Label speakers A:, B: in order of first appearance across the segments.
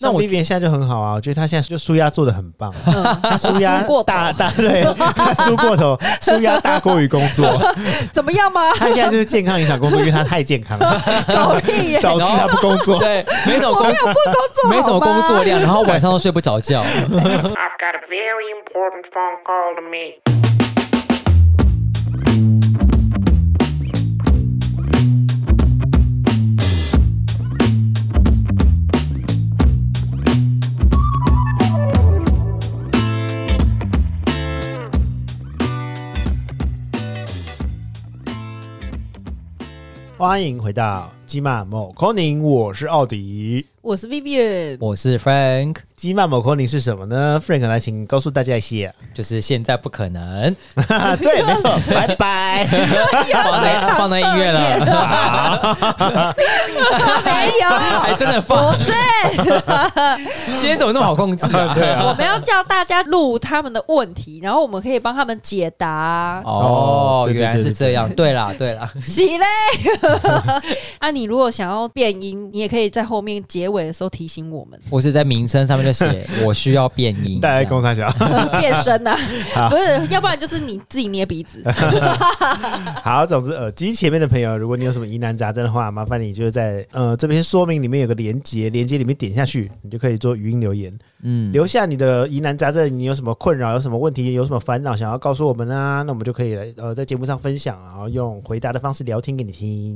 A: 那我
B: v i v i 现在就很好啊，我觉得他现在就舒压做的很棒、啊，他 舒压
C: 输过头
B: 大大对，他舒过头，舒压大过于工作，
C: 怎么样 吗？
B: 他现在就是健康影响工作，因为他太健康了，
C: 搞屁耶！
B: 导致他不工作。
A: 对没 什么
C: 我
A: 工
C: 没有不工作，
A: 没什
C: 好
A: 么
C: 吗
A: 工作量，然后晚上都睡不着觉。
D: I've got a very important phone call to make.
B: 欢迎回到鸡骂某空宁，我是奥迪。
C: 我是 Vivian，
A: 我是 Frank，
B: 鸡骂某空宁是什么呢？Frank 来，请告诉大家一些。
A: 就是现在不可能，
B: 对，没错，拜拜。啊
A: 放在放在音乐了，
C: 没有，
A: 还真的
B: 哦
A: 放。
C: 不是，
A: 今天怎么那么好控制啊？对啊，
C: 我们要叫大家录他们的问题，然后我们可以帮他们解答。
A: 哦
B: 哦，对对对
A: 原来是这样。对啦，对啦，
C: 喜嘞！ 啊，你如果想要变音，你也可以在后面结尾的时候提醒我 们
A: 我是在名声上面就写我需要变 音，
B: 带来公三小。
C: 变声呐、啊，不是，要不然就是你自己捏鼻 子。
B: 好，总之耳机前面的朋友，如果你有什么疑难杂症的话，麻烦你就是在呃这边说明里面有个连接，连接里面点下去，你就可以做语音留言，嗯，留下你的疑难杂症，你有什么困扰，有什么问题，有什么烦恼想要告诉我们啊，那我们就可以来呃在节目上分享，然后用回答的方式聊天给你听。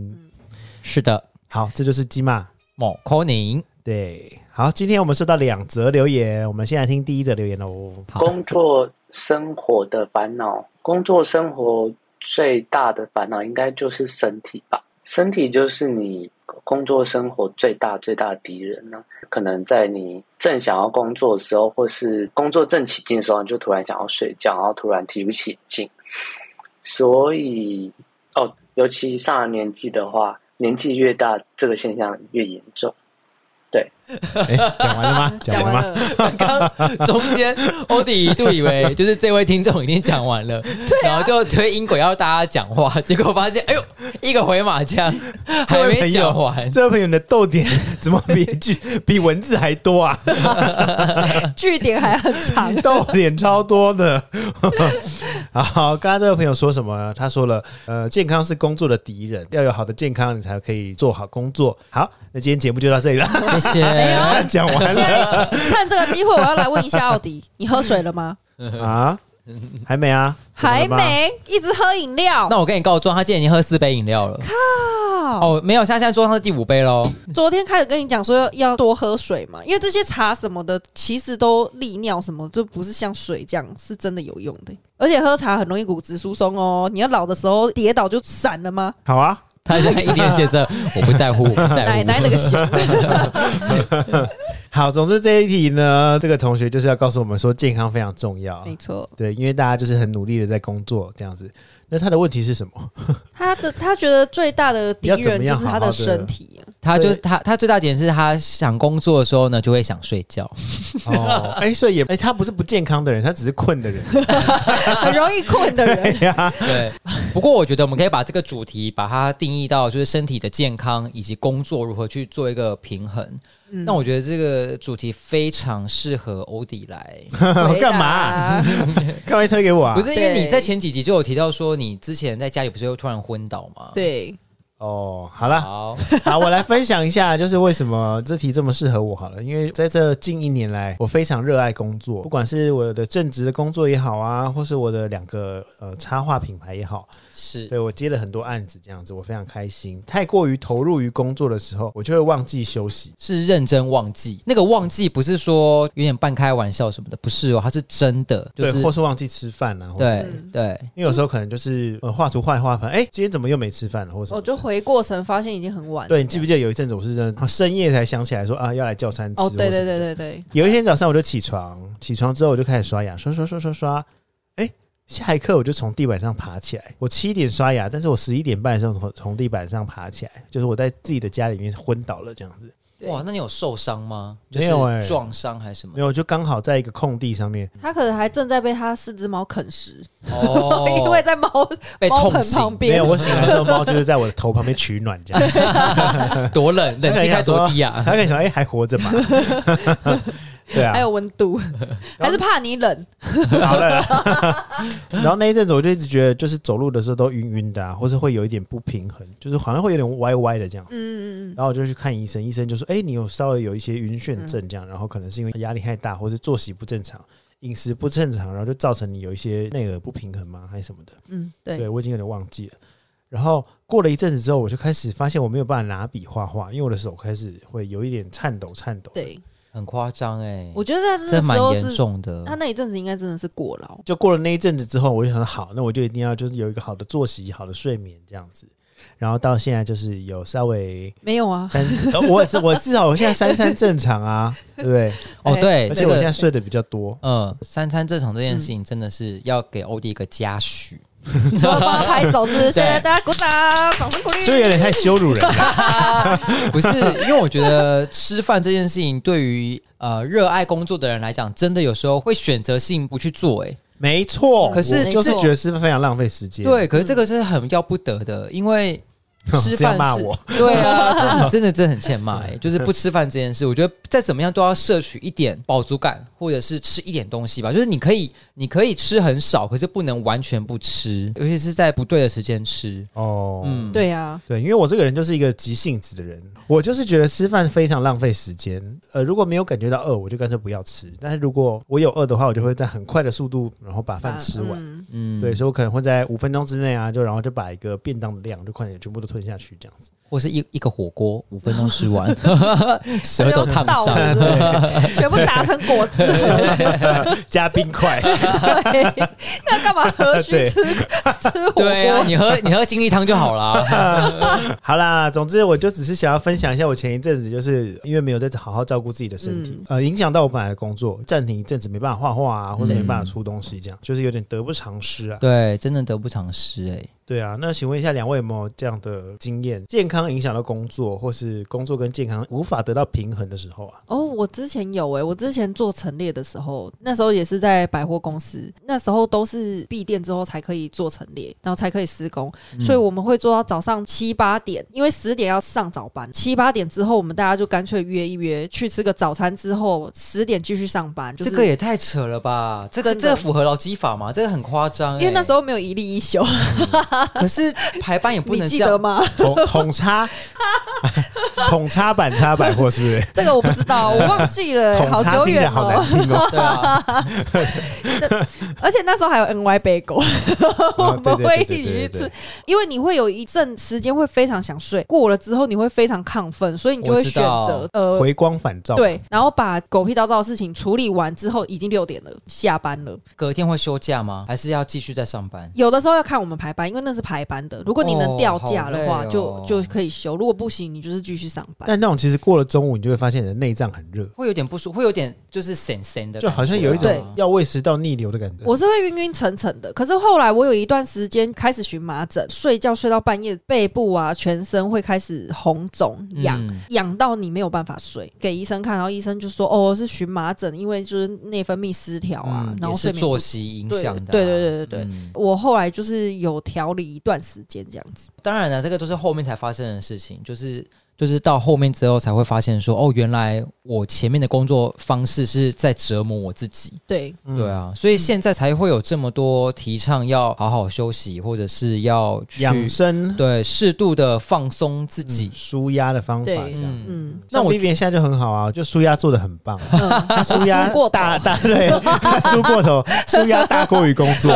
A: 是的，
B: 好，这就是鸡嘛，
A: 某 c o n i n
B: 对。好，今天我们收到两则留言，我们先来听第一则留言喽。
A: 好，
E: 工作生活的烦恼，工作生活最大的烦恼应该就是身体吧。身体就是你工作生活最大最大的敌人呢、可能在你正想要工作的时候，或是工作正起劲的时候，你就突然想要睡觉，然后突然提不起劲。所以，哦，尤其上了年纪的话，年纪越大，这个现象越严重。
B: 哎，讲完了 吗？
C: 讲
B: 了
C: 完
B: 吗？
C: 了，
A: 刚刚中间，欧弟一度以为就是这位听众已经讲完了，
B: 啊
A: 然后就推音轨要大家讲话，结果发现，哎呦，一个回马枪还
B: 这位
A: 没
B: 朋
A: 讲完
B: 友，，这位朋友你的逗点怎么比句比文字还多啊？
C: 据点还很 长。
B: 逗点超多的。 好，刚刚这位朋友说什么呢？他说了，呃，健康是工作的敌人，要有好的健康，你才可以做好工作。好，那今天节目就到这里了，
A: 谢谢。
B: 讲完
C: 现
B: 了
C: 在趁这个机会，我要来问一下奥迪，你喝水了吗？
B: 啊？还没啊？
C: 还
B: 怎么了吗。
C: 没，一直喝饮料。
A: 那我跟你告状，他今天已经喝四杯饮料了。哦，没有，他现在桌上是第五杯喽。
C: 昨天开始跟你讲说要多喝水嘛，因为这些茶什么的，其实都利尿什么，就不是像水这样是真的有用的。而且喝茶很容易骨质疏松哦，你要老的时候跌倒就散了吗？
B: 好啊，
A: 他现在一脸写 着“我不在乎，我不在
C: 奶
A: 乎
C: 奶那个熊，
B: 好。总之这一题呢，这个同学就是要告诉我们说，健康非常重要。
C: 没错。
B: 对，因为大家就是很努力的在工作这样子。那他的问题是什么？
C: 他的他觉得最大的敌
B: 要怎
C: 人
B: 么
C: 就
B: 样
C: 是他
B: 好好
C: 的
B: 地
C: 身体、啊”。
A: 他就是他，他最大点是他想工作的时候呢，就会想睡觉。
B: 哦，哎、所以也哎、他不是不健康的人，他只是困的人。
C: 很容易困的人。
A: 对，不过我觉得我们可以把这个主题把它定义到就是身体的健康以及工作如何去做一个平衡。
C: 嗯
A: 那我觉得这个主题非常适合欧迪 来，
C: 回答
B: 干嘛？干嘛推给我啊？
A: 不是因为你
C: 对
A: 在前几集就有提到说你之前在家里不是又突然昏倒吗？，
C: 对，
B: 哦，好啦，
A: 好，
B: 好，我来分享一下，就是为什么这题这么适合我好了，因为在这近一年来，我非常热爱工作，不管是我的正职的工作也好啊，或是我的两个呃插画品牌也好，
A: 是
B: 对我接了很多案子，这样子我非常开心。太过于投入于工作的时候，我就会忘记休息。
A: 是认真忘记，那个忘记不是说有点半开玩笑什么的，不是哦，它是真的，就是
B: 对，或是忘记吃饭啊，或是
A: 对对
B: 因为有时候可能就是呃画图画一画，发现哎，今天怎么又没吃饭了，或者什
C: 我
A: 哦
B: 么。
C: 就回过神，发现已经很晚了。
B: 对，你记不
C: 记
B: 记得有一阵子我是真的啊深夜才想起来说啊，要来叫餐吃。
C: 哦，对对对对对，
B: 有一天早上我就起床，起床之后我就开始刷牙，刷刷刷刷刷，哎、下一刻我就从地板上爬起来。我七点刷牙，但是我十一点半的时候从从地板上爬起来，就是我在自己的家里面昏倒了这样子。
C: 对
A: 哇，那你有受伤吗？就
B: 没有欸
A: 是撞伤还是什么
B: 没？有，就刚好在一个空地上面，
C: 他可能还正在被他四只猫啃食，
A: 哦
C: 因为在猫
A: 被
C: 猫
A: 痛
C: 盆
A: 醒
C: 旁边。
B: 没有。我醒来之后，猫就是在我的头旁边取暖，这样。
A: 多冷，冷气开多低 啊！
B: 他可能想，哎、还活着嘛？对啊，
C: 还有温 度，还是怕你冷。
B: 好了。 然后那一阵子，我就一直觉得，就是走路的时候都晕晕的、啊，或是会有一点不平衡，就是好像会有点歪歪的这样。
C: 嗯嗯
B: 然后我就去看医生，医生就说：“哎、你有稍微有一些晕眩
C: 嗯
B: 症这样，然后可能是因为压力太大，或是作息不正常、饮食不正常，然后就造成你有一些内耳不平衡吗？还是什么的？
C: 嗯嗯，
B: 对
C: 对，
B: 我已经有点忘记了。然后过了一阵子之后，我就开始发现我没有办法拿笔画画，因为我的手开始会有一点颤抖颤抖。，
C: 对，
A: 很夸张哎，
C: 我觉得他那
A: 这
C: 个
A: 蛮
C: 时候
A: 严
C: 是，
A: 重的。
C: 他那一阵子应该真的是过劳。
B: 就过了那一阵子之后，我就想说好，那我就一定要就是有一个好的作息、好的睡眠这样子。然后到现在就是有稍微
C: 没有 啊，
B: 三，呃我至我至少我现在三餐正常啊，对不对？
A: 哦，
C: 哎
A: 对，
B: 而且
A: 这
B: 我
A: 个
B: 现在嗯睡得比较多。
A: 嗯，三餐正常这件事情真的是要给欧弟一个 嘉许。
C: 你说帮他拍手是，谢谢大家鼓掌，掌声鼓励。
B: 是不是有点太羞辱人了？
A: 不是，因为我觉得吃饭这件事情对于呃热爱工作的人来讲，真的有时候会选择性不去做、欸。
B: 没错，
A: 可是
B: 我就是
C: 没错
B: 觉得是非常浪费时间。
A: 对，可是这个是很要不得的，因为吃
B: 嗯 这样
A: 饭
B: 骂
A: 是
B: 我，
A: 对啊，真的真的真的很欠骂、欸。就是不吃饭这件事，我觉得再怎么样都要摄取一点饱足感，或者是吃一点东西吧。就是你可以，你可以吃很少，可是不能完全不吃，尤其是在不对的时间吃。
B: 哦，
A: 嗯，
C: 对啊，
B: 对，因为我这个人就是一个急性子的人，我就是觉得吃饭非常浪费时间。呃，如果没有感觉到饿，我就干脆不要吃；但是如果我有饿的话，我就会在很快的速度，然后把饭吃完。
C: 嗯
A: 嗯，
B: 对，所以我可能会在五分钟之内啊，就然后就把一个便当的量就快点全部都吞下去，这样子。
A: 或是一一个火锅五分钟吃完，舌头 烫
C: 倒
A: 伤。
C: 是不是全部打成果汁。
B: 加冰块，
C: 对， 那干嘛何须吃吃火锅？
A: 对啊，你喝你喝精力汤就好啦。
B: 好啦，总之我就只是想要分享一下，我前一阵子就是因为没有在好好照顾自己的身体，呃，影响到我本来的工作，暂停一阵子没办法画画啊，或者没办法出东西，这样、就是有点得不偿失啊。
A: 对，真的得不偿失哎、
B: 对啊，那请问一下两位有没有这样的经验？健康影响到工作，或是工作跟健康无法得到平衡的时候啊？
C: 哦，我之前有诶、我之前做陈列的时候，那时候也是在百货公司，那时候都是闭店之后才可以做陈列，然后才可以施工，
A: 嗯
C: 所以我们会做到早上七八点，因为十点要上早班，七八点之后我们大家就干脆约一约去吃个早餐，之后十点继续上班。就是、
A: 这个也太扯了吧！这个
C: 真的
A: 这个符合劳基法吗？这个很夸张、欸。
C: 因为那时候没有一例一休，
A: 可是排班也 不
C: 你
A: 能这
C: 记得
A: 样。
C: 吗？
B: 统 统差，统差板差百货是不是？
C: 这个我不知道，我忘记了、
B: 统差
C: 久
B: 听起来
C: 远
B: 好
C: 哦
B: 难。 听哦。
A: 对啊，
C: 而且那时候还有 NY 杯狗，我
B: 对
C: 们
B: 啊对
C: 会
B: 对对对
C: 一起
B: 对
C: 去吃，因为你会有一阵时间会非常想睡，过了之后你会非常亢奋，所以你就会选择呃。
B: 回光返照，，
C: 对，然后把狗屁倒灶的事情处理完之后，已经六点了，下班了。
A: 隔天会休假吗？还是要继续再上班？
C: 有的时候要看我们排班，因为那是排班的。如果你能掉价的话，
A: 哦好累
C: 就
A: 哦
C: 就可以休；如果不行，你就是继续上班。
B: 但那种其实过了中午，你就会发现你的内脏很热，
A: 会有点不舒服，会有点就是神神的感觉
B: 就
A: 啊，
B: 好像有一
C: 对
B: 种要胃食道逆流的感觉。
C: 我是会晕晕沉沉的，可是后来我有一段时间开始荨麻疹，睡觉睡到半夜，背部啊、全身会开始红肿、痒，
A: 嗯
C: 痒到你没有办法睡，给医生看，然后医生就说哦是荨麻疹，因为就是内分泌失调啊，
A: 嗯
C: 然后
A: 也
C: 睡
A: 是
C: 眠
A: 作
C: 不
A: 息影
C: 对
A: 响的啊。
C: 对对对对对
A: 嗯
C: 我后来就是有调理一段时间这样子，
A: 当然了，这个都是后面才发生的事情，就是就是到后面之后才会发现说，哦，原来我前面的工作方式是在折磨我自己。
C: 对，
B: 嗯
A: 对，啊，所以现在才会有这么多提倡要好好休息，或者是要去
B: 养生、
A: 对适度的放松自己
B: 嗯。舒压的方法，
C: 对
B: 这样。
A: 嗯，
C: 嗯，
A: 那
B: 那
A: 我
B: 我 Vivian 现在就很好啊，就舒压做的很棒，
C: 嗯
B: 他舒压
C: 输过头
B: 大 大对，他输过头，舒压大过于工作。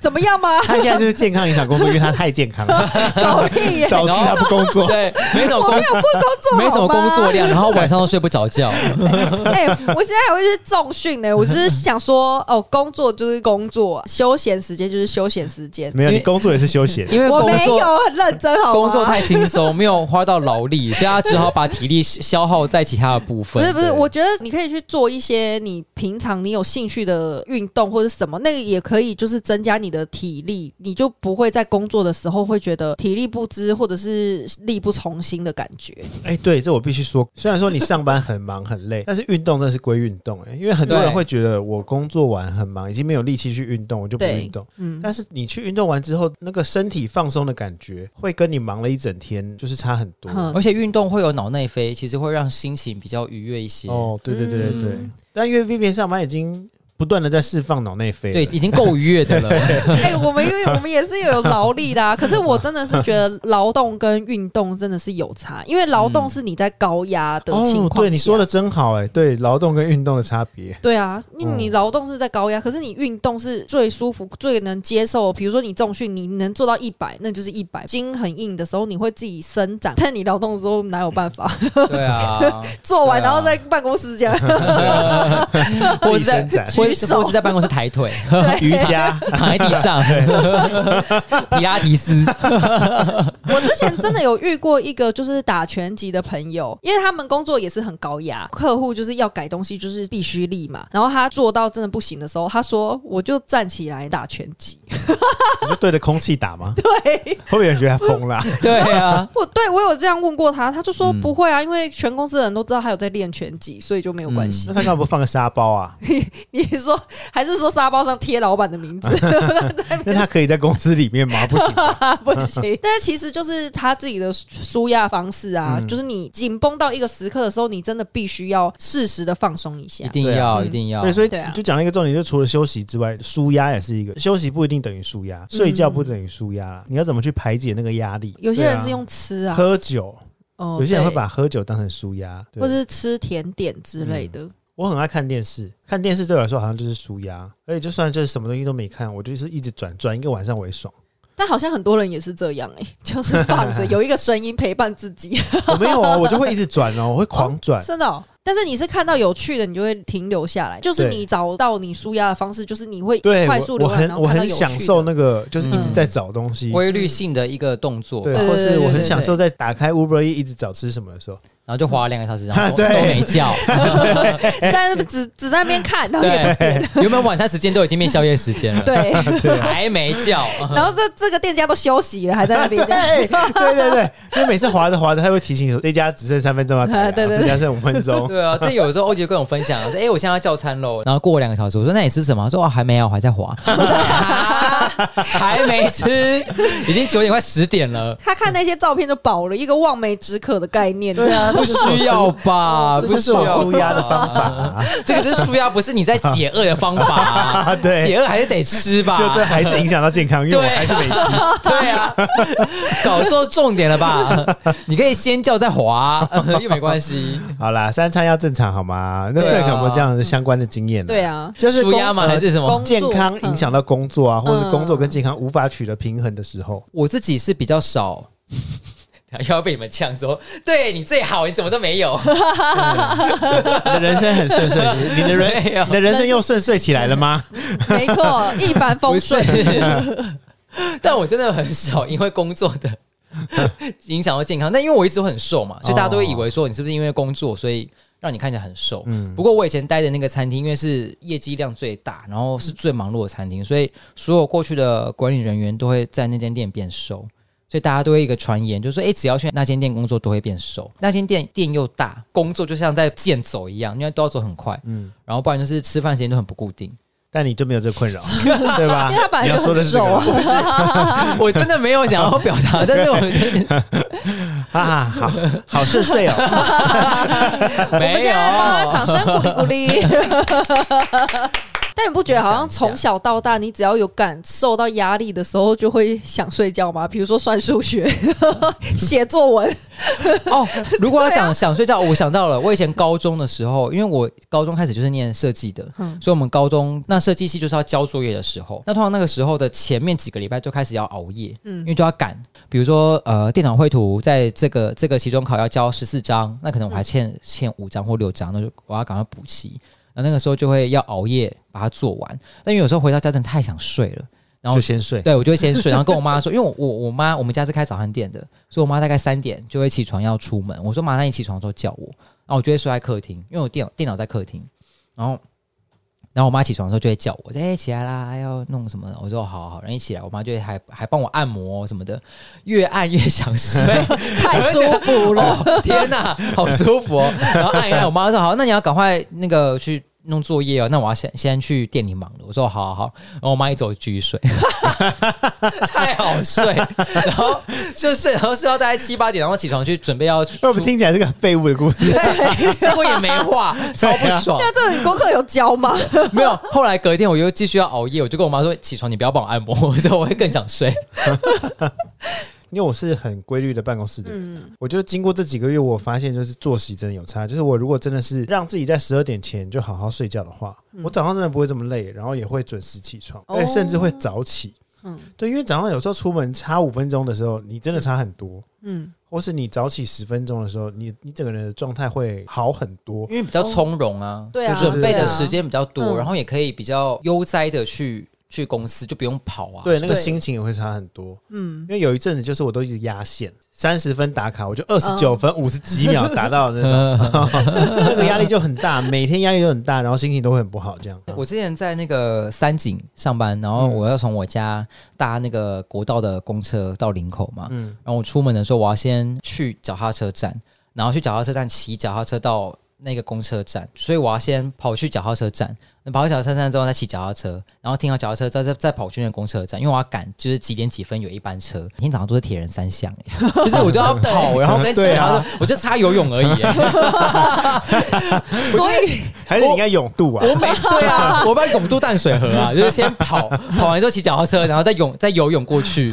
C: 怎么样吗？
B: 他现在就是健康影响工作，因为他太健康了，
C: 狗屁耶！
B: 导致他不工作。
A: 对，没什么
C: 我
A: 工
C: 没有不啊工作，
A: 没什
C: 好
A: 么
C: 吗
A: 工作。量，然后晚上都睡不 着觉。
C: 哎、我现在还会去重训呢、我就是想说，哦，工作就是工作，休闲时间就是休闲时间。
B: 没有，
A: 因为
B: 你工作也是休闲。
A: 因为
C: 我
A: 工
C: 没
A: 作
C: 有啊很认真，好吗？
A: 工作太轻松，没有花到劳力，所以他只好把体力消耗在其他的部
C: 不
A: 分。
C: 是不是，
B: 对
C: 我觉得你可以去做一些你平常你有兴趣的运动或者什么，那个也可以就是增加你的体力，你就不会在工作的时候会觉得体力不支或者是力不从心的感觉。
B: 哎、对，这我必须说。虽然说你上班很忙很累，但是运动真的是归运动、哎，因为很多人
A: 对
B: 会觉得我工作完很忙，已经没有力气去运动，我就不
C: 对
B: 运动。
C: 嗯，
B: 但是你去运动完之后，那个身体放松的感觉，会跟你忙了一整天就是差很多。
C: 嗯
A: 而且运动会有脑内啡，其实会让心情比较愉悦一些。
B: 哦，对对对对对。
A: 嗯
B: 但因为 Vivian 上班已经不断的在释放脑内啡了，
A: 对，已经够愉悦 的了。
C: 哎、我们因为我们也是有劳力的、啊，可是我真的是觉得劳动跟运动真的是有差，因为劳动是你在高压的情
B: 哦，
C: 况、
B: 对，你说的。真好、哎，对，劳动跟运动的差 别。
C: 对啊，你
B: 嗯
C: 你劳动是在高压，可是你运动是最舒服、最能接受。比如说你重训，你能做到一百，那就是一百。筋很硬的时候，你会自己生长， 但你劳动的时候哪有办法
A: 对啊，
C: 做完，
A: 对啊
C: 然后在办公室这样？
A: 或者是在
B: 自己 伸展
A: 或者
C: 举
A: 是
C: 手
A: 或者是在办公室抬腿，
C: 啊
B: 瑜伽，
A: 躺在地上， 皮拉提斯。
C: 我之前真的有遇过一个就是打拳击的朋友，因为他们工作也是很高压，客户就是要改东西就是必须力嘛。然后他做到真的不行的时候，他说我就站起来打拳击。
B: 你就对着空气打吗？
C: 对，
B: 会不会有人觉得他疯 了啊？
A: 对啊，
C: 我对我有这样问过他，他就说
A: 嗯
C: 不会啊，因为全公司的人都知道他有在练拳击，所以就没有关
A: 嗯
C: 系。
B: 那他干嘛不放个沙包 啊？
C: 你说还是说沙包上贴老板的 名字？
B: 那他可以在公司里面 吗？不行吧，
C: 啊不行。但是其实就是他自己的舒压方式啊，
B: 嗯
C: 就是你紧绷到一个时刻的时候，你真的必须要适时的放松一下
A: 一。定要，一定要
B: 对，。所以
C: 对啊
B: 就讲了一个重点，就除了休息之外，舒压也是一个。休息不一定等于舒压，睡觉不等于舒压啦，你要怎么去排解那个压力？
C: 嗯有些人是
B: 对啊
C: 用吃啊，
B: 喝酒，
C: 哦
B: 有些人会
C: 对
B: 把喝酒当成舒压，对嗯
C: 或者是吃甜点之类的。
B: 我很爱看电视，看电视对我来说好像就是舒压，而且就算就是什么东西都没看，我就是一直转转一个晚上我也爽。
C: 但好像很多人也是这样哎、 就是放着有一个声音陪伴自己，
B: 我没有哦，我就会一直转哦，我会狂转。
C: 真的哦、但是你是看到有趣的，你就会停留下来，就是
B: 对
C: 你找到你舒压的方式，就是你会
B: 对，
C: 快速
B: 我我
C: 浏览，
B: 很
C: 然后
B: 我
C: 看到
B: 很
C: 有
B: 享
C: 趣
B: 受
C: 的。
B: 那个，就是一直在找东西，
A: 规律性的一个动作，
B: 对，
A: 然
C: 对
B: 或
C: 对
B: 是
C: 对
B: 我很
C: 对
B: 享
C: 对
B: 受在打开 Uber E 一直找吃什么的时候，
A: 后就花了两个小时，然后 都
B: 对
A: 都没叫。
C: 在那边只只在那边看，然后也
A: 对，原本晚餐时间都已经变宵夜时间了，
C: 对，
A: 还没叫。
C: 然后这这个店家都休息了，还 在那边
B: 对
C: 这 样。
B: 对对对，因为每次滑着滑着，他会提醒你说这家只剩三分钟要打烊，
C: 对对
B: 这
C: 对
B: 家剩五分钟。
A: 对啊，这有时候欧杰跟我分享，说：“哎、我现在要叫餐喽。”然后过两个小时，我说：“那你吃什么？”他说：“哦，还没有，我还在滑， 我说啊还没吃，已经九点快十点 了。
C: 他看那些照片就饱了，一个望梅止渴的概念。
B: 对啊，
A: 不需要吧？
B: 这
A: 不
B: 就
A: 需
B: 是
A: 要
B: 我
A: 吧
B: 舒压的方法，啊，
A: 这个就是舒压，不是你在解饿的方法、啊。
B: 对
A: 解饿还是得吃吧。
B: 就这还是影响到健康，因为我
A: 对
B: 还是没吃。
A: 对 啊，搞错重点了吧？你可以先叫再滑， 又没关系。
B: 好啦，三餐要正常好吗？那个人有没有这样的相关的经验呢？
C: 对啊，
B: 就是
A: 啊舒
B: 工
A: 压吗？
B: 呃
A: 还是什么
C: 工？
B: 健康影响到工作啊，或者是工作
C: 嗯
B: 跟健康无法取得平衡的时候，
A: 我自己是比较少。 又要被你们呛说，对你最好，你什么都没有。
B: 你的人生很顺遂，你的人
A: 没有
B: 你的人生又顺遂起来了吗？
C: 没错，一帆风顺。
A: 不是 但我真的很少因为工作 的影响到健康，但因为我一直都很瘦
B: 哦
A: 嘛，所以大家都会以为说你是不是因为工作，所以让你看起来很瘦。
B: 嗯
A: 不过我以前待的那个餐厅，因为是业绩量最大，然后是最忙碌的餐
B: 嗯
A: 厅，所以所有过去的管理人员都会在那间店变瘦。所以大家都会一个传言，就是说，哎、只要去那间店工作都会变瘦。那间店店又大，工作就像在健走一样，因为都要走很快，
B: 嗯，
A: 然后不然就是吃饭时间都很不固定。
B: 但你就没有这个困扰，对吧？
C: 因为他本
B: 你
C: 来
B: 要
C: 就
B: 说的
C: 很
B: 是这个
C: 瘦啊，
A: 我真的没有想要表达，但是我
B: 啊，好好顺遂 哦。
C: 我们
A: 没
C: 现在帮他
A: 有。
C: 掌声鼓励 鼓励。但你不觉得好像从小到大，你只要有感受到压力的时候，就会想睡觉吗？比如说算数学、 写作文，
A: 哦，如果要讲想睡觉，我想到了，我以前高中的时候，因为我高中开始就是念设计的，
C: 嗯
A: 所以我们高中那设计系就是要交作业的时候，那通常那个时候的前面几个礼拜就开始要熬夜，
C: 嗯
A: 因为就要赶，比如说呃电脑绘图，在这个这个期中考要交十四张，那可能我还欠、
C: 嗯
A: 欠五张或六张，那就我要赶快补齐。那那个时候就会要熬夜把它做完，但因为有时候回到家真的太想睡了，然后
B: 就先睡，
A: 对，我就会先睡，然后跟我妈说，因为我我我妈我们家是开早餐店的，所以我妈大概三点就会起床要出门。我说妈，那你起床的时候叫我，然后我就会睡在客厅，因为我电脑电脑在客厅，然后然后我妈起床的时候就会叫我，哎、起来啦，要弄什么的？我说好好好，然后一起来，我妈就会还还帮我按摩什么的，越按越想睡，
C: 太舒服了。
A: 哦天 哪，好舒服哦！然后按一按，我妈说好，那你要赶快那个去弄作业哦，那我要先先去店里忙了。我说好好好，然后我妈一走继续 睡，太好睡，然后就睡，然后睡到大概七八点，然后起床去准备要出，
B: 那我们听起来是个很废物的故事，
A: 结果也没 画，超不爽。
C: 那这里功课有教吗？
A: 啊没有，后来隔一天我又继续要熬夜，我就跟我妈说起床你不要帮我按摩，我说我会更想睡。
B: 因为我是很规律的办公室的人。
C: 嗯
B: 我就经过这几个月，我发现就是作息真的有差。就是我如果真的是让自己在十二点前就好好睡觉的话，我早上真的不会这么累，然后也会准时起床，
C: 嗯哦
B: 而且甚至会早起。
C: 嗯
B: 对，因为早上有时候出门差五分钟的时候，你真的差很多。
C: 嗯，
B: 或是你早起十分钟的时候，你你整个人的状态会好很多。
A: 因为比较从容啊，
C: 对啊
A: 就准备
B: 对
A: 的
B: 啊
A: 时间比较多，
C: 嗯
A: 然后也可以比较悠哉的去去公司，就不用跑啊。
B: 对，那个
C: 对
B: 心情也会差很多。
C: 嗯
B: 因为有一阵子就是我都一直压线，三十分打卡，我
C: 哦
B: 就二十九分五十几秒达到的那 种，那个压力就很大，每天压力都很大，然后心情都会很不好。这样，
A: 我之前在那个三井上班，然后我要从我家搭那个国道的公车到林口嘛，
B: 嗯，
A: 然后我出门的时候，我要先去脚踏车站，然后去脚踏车站骑脚踏车到那个公车站，所以我要先跑去脚踏车站，跑去脚踏车站之后再骑脚踏车，然后停好脚踏车之后再再跑去那个公车站，因为我要赶就是几点几分有一班车，每天早上都是铁人三项、欸，就是我都要跑，然后跟骑
B: 对
A: 脚踏车，
B: 啊
A: 我就差游泳而已、欸
C: 所以
B: 还是你应该勇度啊，
A: 我 每对啊， 我把泳渡淡水河啊， 就是先跑，跑完之后骑脚踏车，然后再泳再游泳 过去。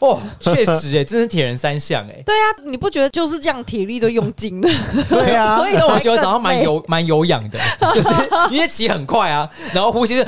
A: 哦，确实哎、欸，真是铁人三项哎、欸。
C: 对啊，你不觉得就是这样体力都用尽了？
B: 对啊
C: 所以
A: 但我觉得
C: 才
A: 早上蛮
C: 更
A: 有蛮有氧 的，就是因为骑很快啊，然后呼吸就，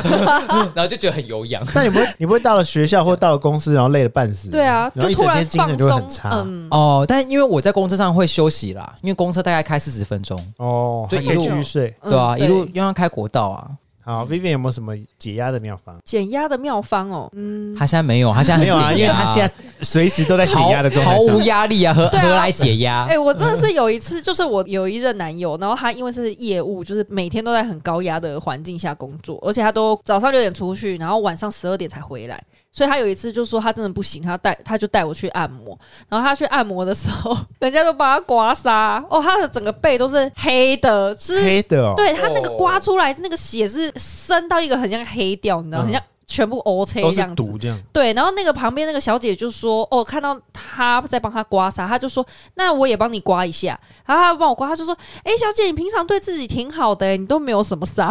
A: 然后就觉得很有氧。
B: 但你不 会，你不会到了学校或到了公司，然后累得半死。
C: 累。对啊，
B: 然后
C: 就
B: 一
C: 突
B: 整
C: 然
B: 天精
C: 放
B: 神就会很
C: 松，
B: 差。
C: 嗯，
A: 哦，但因为我在公车上会休息啦，因为公车大概开四十分钟，
B: 哦，还
A: 就
B: 可
A: 一
B: 以
A: 路
B: 继续睡。
C: 嗯
A: 对啊，一路
C: 对
A: 要开国道啊。
B: 好，Vivian 有没有什么 解压的妙方？
C: 减压的妙方哦，嗯，
A: 他现在没有，他现在很
B: 没有啊，
A: 解
B: 因为
A: 压
B: 他现在随时都在解
A: 毫
B: 压的状态
A: 毫
B: 上
A: 无。压力啊，何
C: 对啊
A: 何来解压
C: 哎、？我真的是有一次，就是我有一任男友，然后他因为是业务，就是每天都在很高压的环境下工作，而且他都早上六点出去，然后晚上十二点才回来。所以他有一次就说他真的不行，他带他就带我去按摩，然后他去按摩的时候， 人家都把他刮痧，哦，他的整个背都是黑的，是
B: 黑的哦，
C: 对他那个
A: 哦
C: 刮出来那个血是深到一个很像黑掉，你知道，
B: 嗯
C: 很像全部 O 黑
B: 都
C: 这
B: 是
C: 样子。
B: 毒这样。
C: 对，然后那个旁边那个小姐就说：“哦，看到他在帮他刮痧，他就说那我也帮你刮一下。”然后他帮我刮，他就说：“哎、小姐，你平常对自己挺好的、你都没有什么 痧。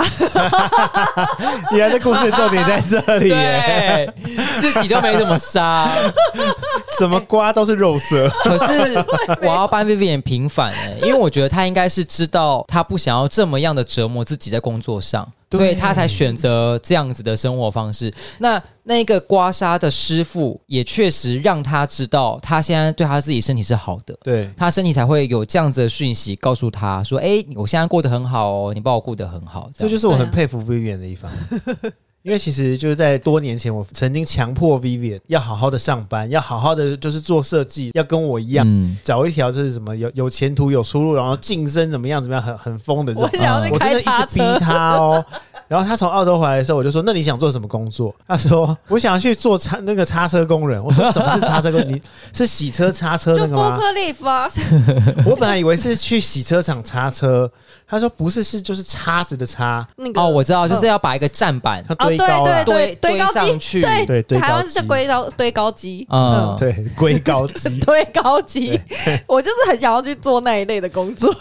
B: 原来这故事的重点在这里 耶，
A: 对，自己都没怎么杀。
B: 怎么刮都是肉色。
A: 可是我要帮 Vivian 平反哎、因为我觉得他应该是知道他不想要这么样的折磨自己在工作上，所以他才选择这样子的生活方式。那那个刮痧的师傅也确实让他知道，他现在对他自己身体是好的。
B: 对，
A: 他身体才会有这样子的讯息告诉他说：“哎、我现在过得很好哦，你把我顾得很好。”这
B: 这
A: 样
B: 就是我
C: 对啊
B: 很佩服 Vivian 的一方。 因为其实就是在多年前，我曾经强迫 Vivian 要好好的上班，要好好的就是做设计，要跟我一样、
A: 嗯，
B: 找一条就是什么有有前途、有出路，然后晋升怎么样怎么样，很很疯的这
C: 我
B: 种。
C: 想要
A: 嗯
C: 去
B: 我真
C: 开
B: 的一
C: 叉
B: 直逼
C: 车，
B: 他哦。 然后他从澳洲回来的时候，我就说：“那你想做什么工作？”他说：“我想去做叉那个叉车工人。”我说：“什么是叉车工人？你 是洗车叉车
C: 就
B: 那个
C: 波
B: 吗？”
C: 克利夫啊，
B: 我本来以为是去洗车场擦车，他说不是，是就是叉子的叉，
C: 那个
A: 哦，我知道，就是要把一个站板，
B: 他
C: 哦，
B: 堆高啊了，
C: 对对
A: 堆
C: 堆高
A: 上
C: 机，
A: 去
C: 对
B: 对堆高
C: 台湾是叫
B: 机
C: 堆高堆高机，嗯
A: 嗯，
B: 对 龟高机。
C: 堆高机，我就是很想要去做那一类的工作，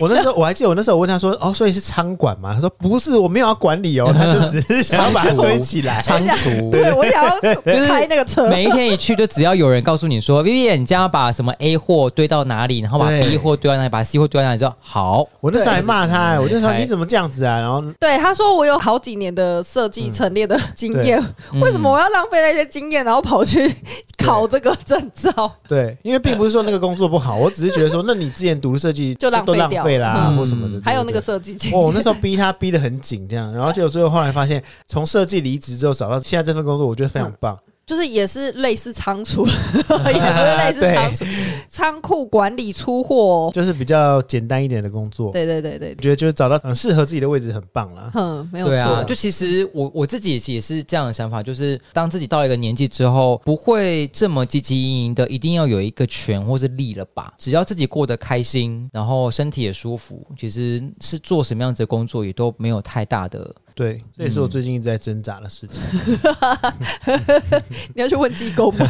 B: 我那时候我还记得，我那时候我问他说：“哦，所以是仓管吗？”他说：“不是，我没有要管理 哦，他就只是想要把它堆起来。
A: 仓储，
C: 对 我想要
A: 是
C: 开那个 车，
A: 每一天一去，就只要有人告诉你说，Vivian，你将要把什么 A 货堆到哪里，然后把
B: 对
A: B 货堆到哪里，把 C 货堆到哪里，就好。”
B: 我那时候还骂他、哎我就说：“
A: 对
B: 你怎么这样子啊？”然后
C: 对，他说我有好几年的设
B: 嗯
C: 计陈列的经验，
A: 对
C: 为什么我要浪费那些经验，然后跑去考这个证照？
B: 对，因为并不是说那个工作不好，我只是觉得说，那你之前读设计
C: 就浪费
B: 都浪
C: 掉
B: 费啦，
A: 嗯
B: 或什么的。
C: 还有那个
B: 对。
C: 设计
B: 对
C: 经
B: 对哦，我
C: 验，
B: 那时候逼他逼得很紧，这样，然后结果最后后来发现，从设计离职之后找到现在这份工作，我觉得非常棒。
C: 就是也是类似仓 储，也不是类似仓储，仓库管理出货。
B: 就是比较简单一点的工作。
C: 对对对对，
B: 我
C: 对
B: 觉得就是找到嗯适合自己的位置很棒啦。
C: 哼，没有
A: 对啊，
C: 错，
A: 就其实我我自己也是也是这样的想法，就是当自己到了一个年纪之后，不会这么积极营营的，一定要有一个权或是利了吧。只要自己过得开心，然后身体也舒服，其实是做什么样子的工作也都没有太大的。
C: 嗯
B: 对，这也是我最近一直在挣扎的事情。
C: 你要去问机构吗？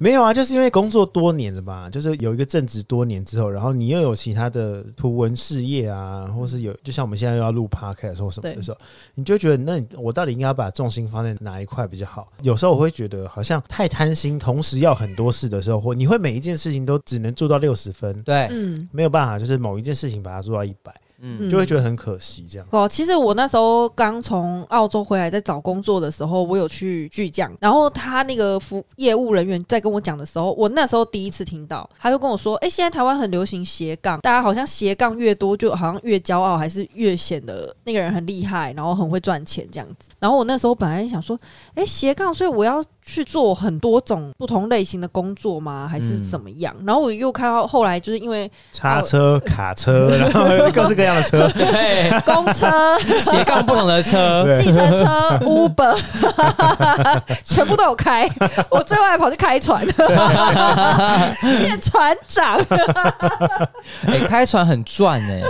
B: 没有啊，就是因为工作多年了吧，就是有一个正职多年之后，然后你又有其他的图文事业啊，或是有，就像我们现在又要录 podcast 或什么的
C: 对
B: 时候，你就会觉得，那你我到底应该把重心放在哪一块比较好？有时候我会觉得好像太贪心，同时要很多事的时候，或你会每一件事情都只能做到六十分，
A: 对，
C: 嗯
B: 没有办法，就是某一件事情把它做到一百，
A: 嗯
B: 就会觉得很可惜。这样，
C: 哦，其实我那时候刚从澳洲回来，在找工作的时候，我有去巨匠，然后他那个服业务人员在跟我讲的时候，我那时候第一次听到，他就跟我说：“哎、现在台湾很流行斜杠，大家好像斜杠越多，就好像越骄傲，还是越显得那个人很厉害，然后很会赚钱这样子。”然后我那时候本来想说：“哎、斜杠，所以我要去做很多种不同类型的工作吗？还是怎么样？”然后我又看到后来，就是因为
B: 叉车、卡车， 然后各式各样的车，
A: 对，
C: 公车。
A: 斜杠不同的车，
B: 对
C: 计程车、Uber，全部都有开。我最后还跑去开船，变船长。
A: 哎、开船很赚哎、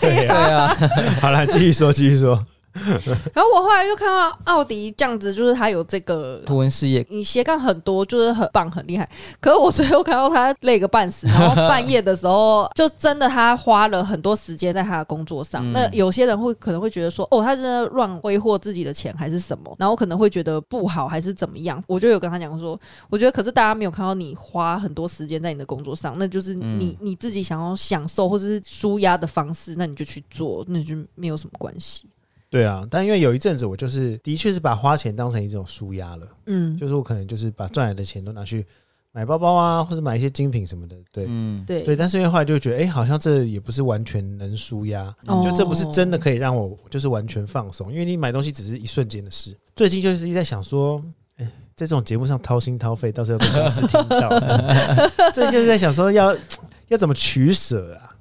B: 对
A: 对
B: 啊。
A: 啊，
B: 好了，继续说，继续说。
C: 然后我后来又看到奥迪这样子，就是他有这个。
A: 图文事业
C: 你斜杠很多，就是很棒很厉害。可是我最后看到他累个半死，然 后半夜的时候，就真的他花了很多时间在他的工作上。
A: 嗯
C: 那有些人会可能会觉得说，哦，他真的乱挥霍自己的钱还是什么，然后可能会觉得不好还是怎么样。我就有跟他讲说，我觉得可是大家没有看到你花很多时间在你的工作上，那就是
A: 嗯
C: 你、你自己想要享受或者是舒压的方式，那你就去做，那就没有什么关系。
B: 对啊，但因为有一阵子我就是的确是把花钱当成一种舒压了，
C: 嗯，
B: 就是我可能就是把赚来的钱都拿去买包包啊，或者买一些精品什么的。对、
A: 嗯，
C: 对
B: 对，但是因为后来就觉得，哎、好像这也不是完全能舒压，
C: 哦
B: 就这不是真的可以让我就是完全放松，因为你买东西只是一瞬间的事。最近就是一直在想说。哎在这种节目上掏心掏肺，到时候被公司听到， 最近就是在想说要要怎么取舍啊？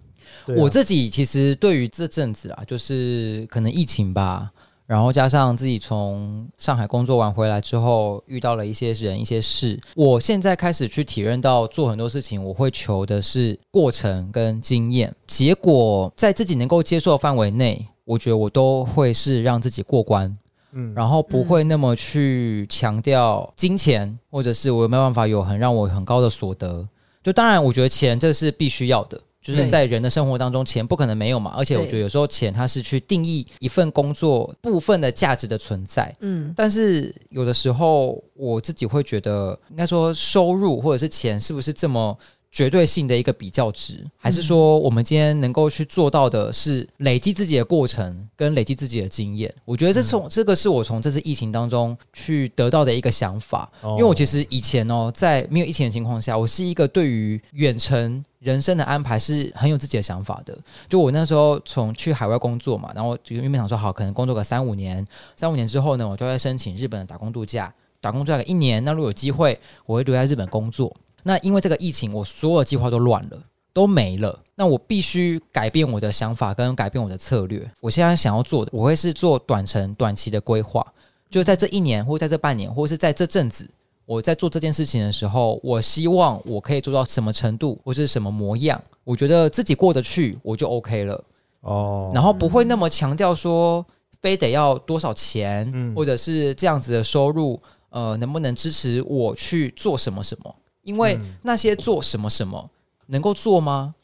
B: 对啊
A: 我自己其实对于这阵子啊，就是可能疫情吧，然后加上自己从上海工作完回来之后，遇到了一些人、一些事，我现在开始去体认到，做很多事情我会求的是过程跟经验，结果在自己能够接受的范围内，我觉得我都会是让自己过关。
B: 嗯
A: 然后不会那么去强调金钱，或者是我有没有办法有很让我很高的所得。就当然，我觉得钱这是必须要的，就是
C: 对
A: 在人的生活当中，钱不可能没有嘛。而且我
C: 对
A: 觉得有时候钱它是去定义一份工作部分的价值的存在。
C: 嗯，
A: 但是有的时候我自己会觉得，应该说收入或者是钱是不是这么绝对性的一个比较值，还
C: 嗯
A: 是说我们今天能够去做到的是累积自己的过程跟累积自己的经验？我觉得这从、这个是我从这次疫情当中去得到的一个想法，
B: 哦
A: 因为我其实以前哦，在没有疫情的情况下，我是一个对于远程。人生的安排是很有自己的想法的。就我那时候从去海外工作嘛，然后就原本想说好，可能工作个三五年，三五年之后呢，我就会申请日本的打工度假，打工度假个一年。那如果有机会，我会留在日本工作。那因为这个疫情，我所有计划都乱了，都没了。那我必须改变我的想法跟改变我的策略。我现在想要做的，我会是做短程、短期的规划，就在这一年，或在这半年，或是在这阵子。我在做这件事情的时候，我希望我可以做到什么程度，或是什么模样，我觉得自己过得去，我就 OK 了。
B: 哦，
A: 然后不会那么强调说非得要多少钱，
B: 嗯
A: 或者是这样子的收入，呃，能不能支持我去做什么什么？因为
B: 嗯
A: 那些做什么什么能够做吗？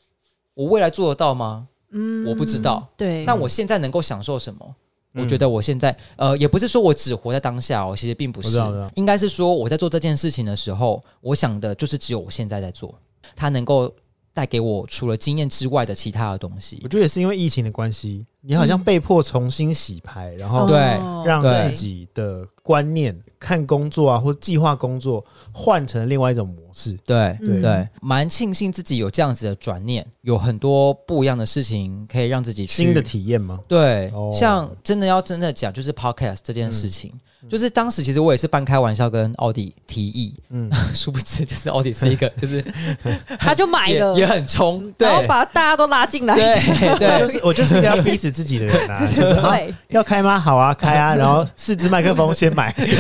A: 我未来做得到吗？
C: 嗯
A: 我不知道，
C: 对，
A: 那我现在能够享受什么？
B: 嗯
A: 我觉得我现在，呃，也不是说我只活在当下哦，其实并不
B: 我知
A: 是
B: 道我知道，
A: 应该是说我在做这件事情的时候，我想的就是只有我现在在做，它能够带给我除了经验之外的其他的东西
B: 我。觉得也是因为疫情的关系，你好像被迫重新洗牌，然后
A: 对
C: 哦
B: 让
A: 对
B: 自己的观念、看工作啊，或计划工作换成另外一种模式。
A: 对
C: 嗯
A: 对，蛮庆幸自己有这样子的转念，有很多不一样的事情可以让自己去
B: 新的体验吗？
A: 对，
B: 哦嗯
A: 像真的要真的讲，就是 podcast 这件事情，就是当时其实我也是半开玩笑跟奥迪提议，
B: 嗯
A: 嗯， 殊不知就是奥迪 是一个就是
C: 他就买
A: 也
C: 了，
A: 也很冲，对
C: 然后把大家都拉进来。
A: 对
B: 我
A: 对
B: 就是我就是一个要逼死自己的人 啊！就是啊
C: 对，
B: 要开吗？好啊，开啊！然后四支麦克风先 买，
A: 对，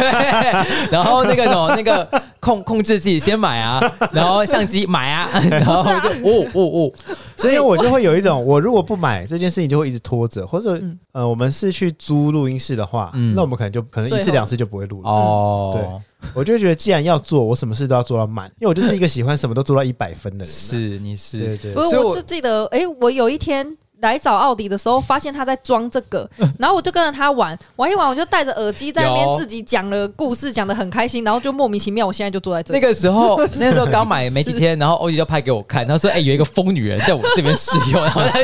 A: 然后那个什么那个控控制器先买啊，然后相机买啊，然后就哦哦哦，
B: 所以我就会有一种，我如果不买这件事情，就会一直拖着，或者
C: 嗯
B: 呃，我们是去租录音室的话，
A: 嗯
B: 那我们可能就可能一
C: 最
B: 次
C: 后
B: 两次就不会录了。
A: 哦，
B: 我就觉得，既然要做，我什么事都要做到满，因为我就是一个喜欢什么都做到一百分的人。
A: 是你
B: 对
A: 是
B: 对
C: 不
B: 对，
A: 所
C: 是，
A: 以
C: 我
A: 我
C: 就记得，哎、我有一天来找奥迪的时候，发现他在装这 个，然后我就跟着他玩，玩一玩，我就戴着耳机在那边
A: 有
C: 自己讲了故事，讲的很开心，然后就莫名其妙，我现在就坐在这
A: 那
C: 里。
A: 个时候，那时候刚买没几天，然后欧弟就拍给我看，他说：“哎、有一个疯女人在我这边试用，然后他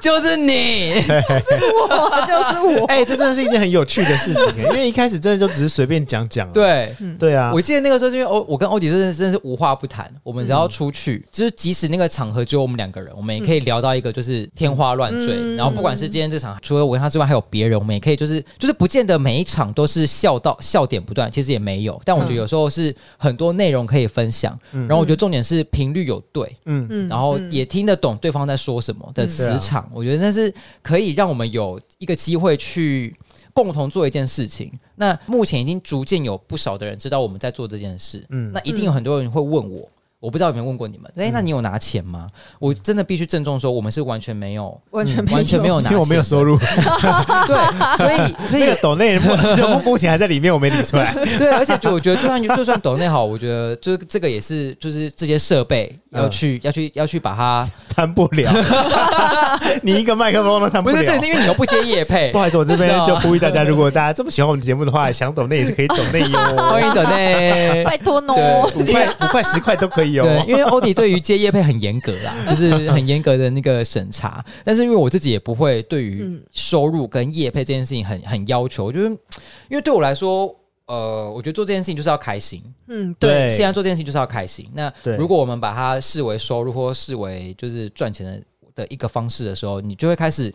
A: 就是你。”
C: 我 就是我，
B: 哎、这真的是一件很有趣的事情、哎因为一开始真的就只是随便讲讲、，
A: 对，
B: 对啊，
A: 我记得那个时候，因为欧我跟欧迪真的真的是无话不谈，我们只要出
B: 嗯
A: 去，就是即使那个场合只有我们两个人，我们也可以聊到一个就是天花乱坠。
C: 嗯
A: 然后不管是今天这场，除了我跟他之外，还有别人，我们也可以就是就是不见得每一场都是笑到笑点不断，其实也没有。但我觉得有时候是很多内容可以分享，然后我觉得重点是频率有对。
B: 嗯，
C: 嗯
A: 然后
C: 嗯
A: 也听得懂对方在说什么的磁场，
B: 啊
A: 我觉得那是可以让我们有一个机会去共同做一件事情。那目前已经逐渐有不少的人知道我们在做这件事，
B: 嗯
A: 嗯，那一定有很多人会问我。我不知道有没有问过你们，哎、那你有拿钱吗？我真的必须郑重说，我们是完全没有，嗯
C: 完全没有，
A: 完全没有
B: 因
A: 拿钱
B: 为
A: 的，
B: 我没有收入，
A: 对，所以所以
B: 那个抖内目就目前还在里面，我没理出来。
A: 对，而且就我觉得，就算就算抖内好，我觉得这这个也是，就是这些设备要
B: 嗯
A: 去、要去要去把它，
B: 谈不了， 你一个麦克风都谈不
A: 不
B: 了
A: 是，。这是因为你又不接夜 配
B: 不，好意思，我这边就呼吁大家，如果大家这么喜欢我们的节目的话，想抖内也是可以抖内
A: 欢
B: 哟，
A: 迎抖内，
C: 拜托喏，
B: 五块五块十块都可以
A: 对
C: 啊
B: 哦，。
A: 因为欧迪对于接业配很严格 啦，就是很严格的那个审查。但是因为我自己也不会对于
C: 嗯
A: 收入跟业配这件事情很很要求，就是因为对我来说，呃，我觉得做这件事情就是要开心。
C: 嗯，对，
B: 对
A: 现在做这件事情就是要开心。那
B: 对
A: 如果我们把它视为收入或视为就是赚钱的的一个方式的时候，你就会开始。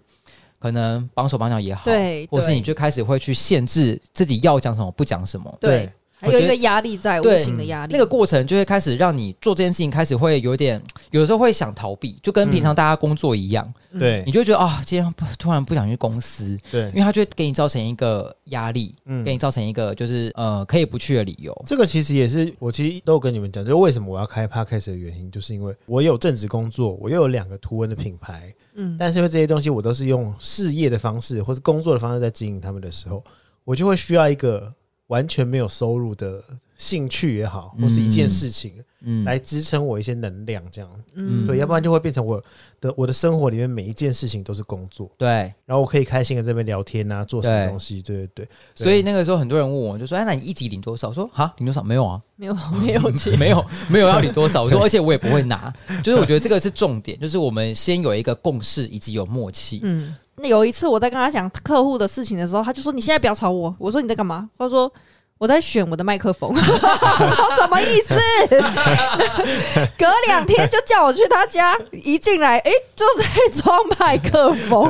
A: 可能绑手绑脚也好，
C: 对
A: 或是
C: 对
A: 你就开始会去限制自己要讲什么不讲什么，
B: 对
C: 对，还有一个压力在，无
A: 对
C: 形的压力。
A: 那个过程就会开始让你做这件事情，开始会有点，有时候会想逃避，就跟平常大家工作一样，
B: 对
A: 你就会觉得啊、今天不突然不想去公司，
B: 对
A: 因，为它就会给你造成一个压力，
B: 嗯
A: 给你造成一个就是呃可以不去的理由。
B: 这个其实也是我其实都有跟你们讲，就是为什么我要开 podcast 的原因，就是因为我有正职工作，我又有两个图文的品牌，
C: 嗯，
B: 但是因为这些东西我都是用事业的方式或是工作的方式在经营他们的时候，我就会需要一个完全没有收入的兴趣也好，或是一件事情、
A: 嗯，
B: 来支撑我一些能量，这样、
A: 嗯
B: 对，要不然就会变成我的我的生活里面每一件事情都是工作，
A: 对，
B: 然后我可以开心的这边聊天啊，做什么
A: 对
B: 东西，对对对，
A: 所以那个时候很多人问我，就说：“哎，那你一集领多少？”我说：“哈，领多少？没有 啊，
C: 没有没有钱，
A: 没有，没有要领多少。”我说：“而且我也不会拿。”就是我觉得这个是重 点，就是我们先有一个共识，以及有默契。
C: 嗯，那有一次我在跟他讲客户的事情的时候，他就说：“你现在不要吵我。”我说：“你在干嘛？”他说：“我在选我的麦克风。” 我说什么意思？ 隔两天就叫我去他家，一进来，诶，就在装麦克风。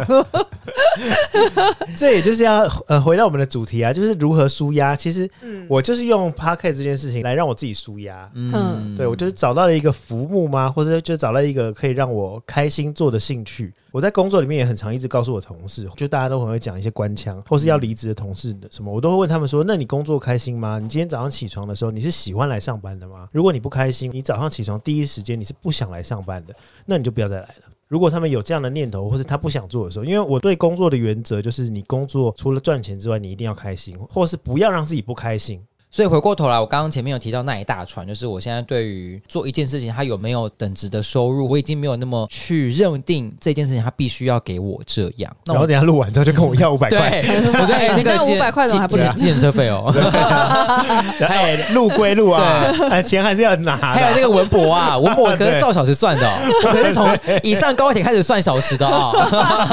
B: 这也就是要呃回到我们的主题啊，就是如何舒压。其实
C: 嗯
B: 我就是用 p o c a s t 这件事情来让我自己舒压。
C: 嗯
B: 对，我就是找到了一个浮木吗？或者就找到一个可以让我开心做的兴趣。我在工作里面也很常一直告诉我同事，就大家都很会讲一些官腔，或是要离职的同事的什么，我都会问他们说：那你工作开心吗？你今天早上起床的时候，你是喜欢来上班的吗？如果你不开心，你早上起床第一时间你是不想来上班的，那你就不要再来了。如果他们有这样的念头，或是他不想做的时候，因为我对工作的原则就是，你工作除了赚钱之外，你一定要开心，或是不要让自己不开心。
A: 所以回过头来，我刚刚前面有提到那一大串，就是我现在对于做一件事情它有没有等值的收入，我已经没有那么去认定这件事情它必须要给我这样。那
B: 然后
A: 我
B: 等一下录完之后就跟我要五百
A: 对，
B: 块，
A: 我说哎，那个
C: 那
A: 计
C: 500块怎么还不
A: 计
C: 拿
A: 计程车费哦？
B: 哎，录归录啊，哎，钱还是要拿
A: 还有
B: 的。
A: 那个文博啊，文博可
B: 对
A: 是照小时算的、哦，我可是从以上高铁开始算小时的哦。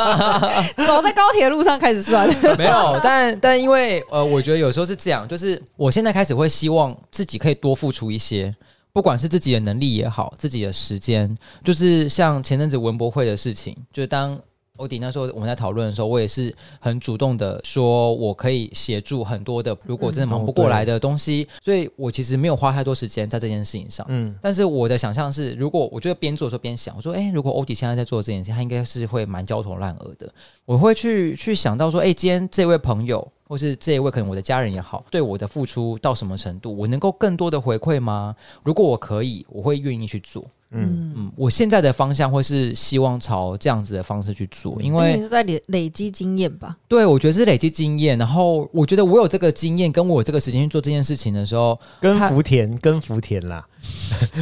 C: 走在高铁路上开始算，
A: 没有，但但因为呃，我觉得有时候是这样，就是我现在开始会希望自己可以多付出一些。不管是自己的能力也好，自己的时间，就是像前阵子文博会的事情，就是当欧迪那时候我们在讨论的时候，我也是很主动的说，我可以协助很多的，如果真的忙不过来的东西，所以我其实没有花太多时间在这件事情上。
B: 嗯，
A: 但是我的想象是，如果我就边做的时候边想，我说，哎、如果欧迪现在在做这件事，他应该是会蛮焦头烂额的。我会去去想到说，哎、今天这位朋友，或是这一位可能我的家人也好，对我的付出到什么程度，我能够更多的回馈吗？如果我可以，我会愿意去做。
B: 嗯
A: 嗯，我现在的方向会是希望朝这样子的方式去做， 因为
C: 你是在累累积经验吧？
A: 对我觉得是累积经验，然后我觉得我有这个经验，跟我有这个时间去做这件事情的时候，
B: 跟福田，跟福田啦，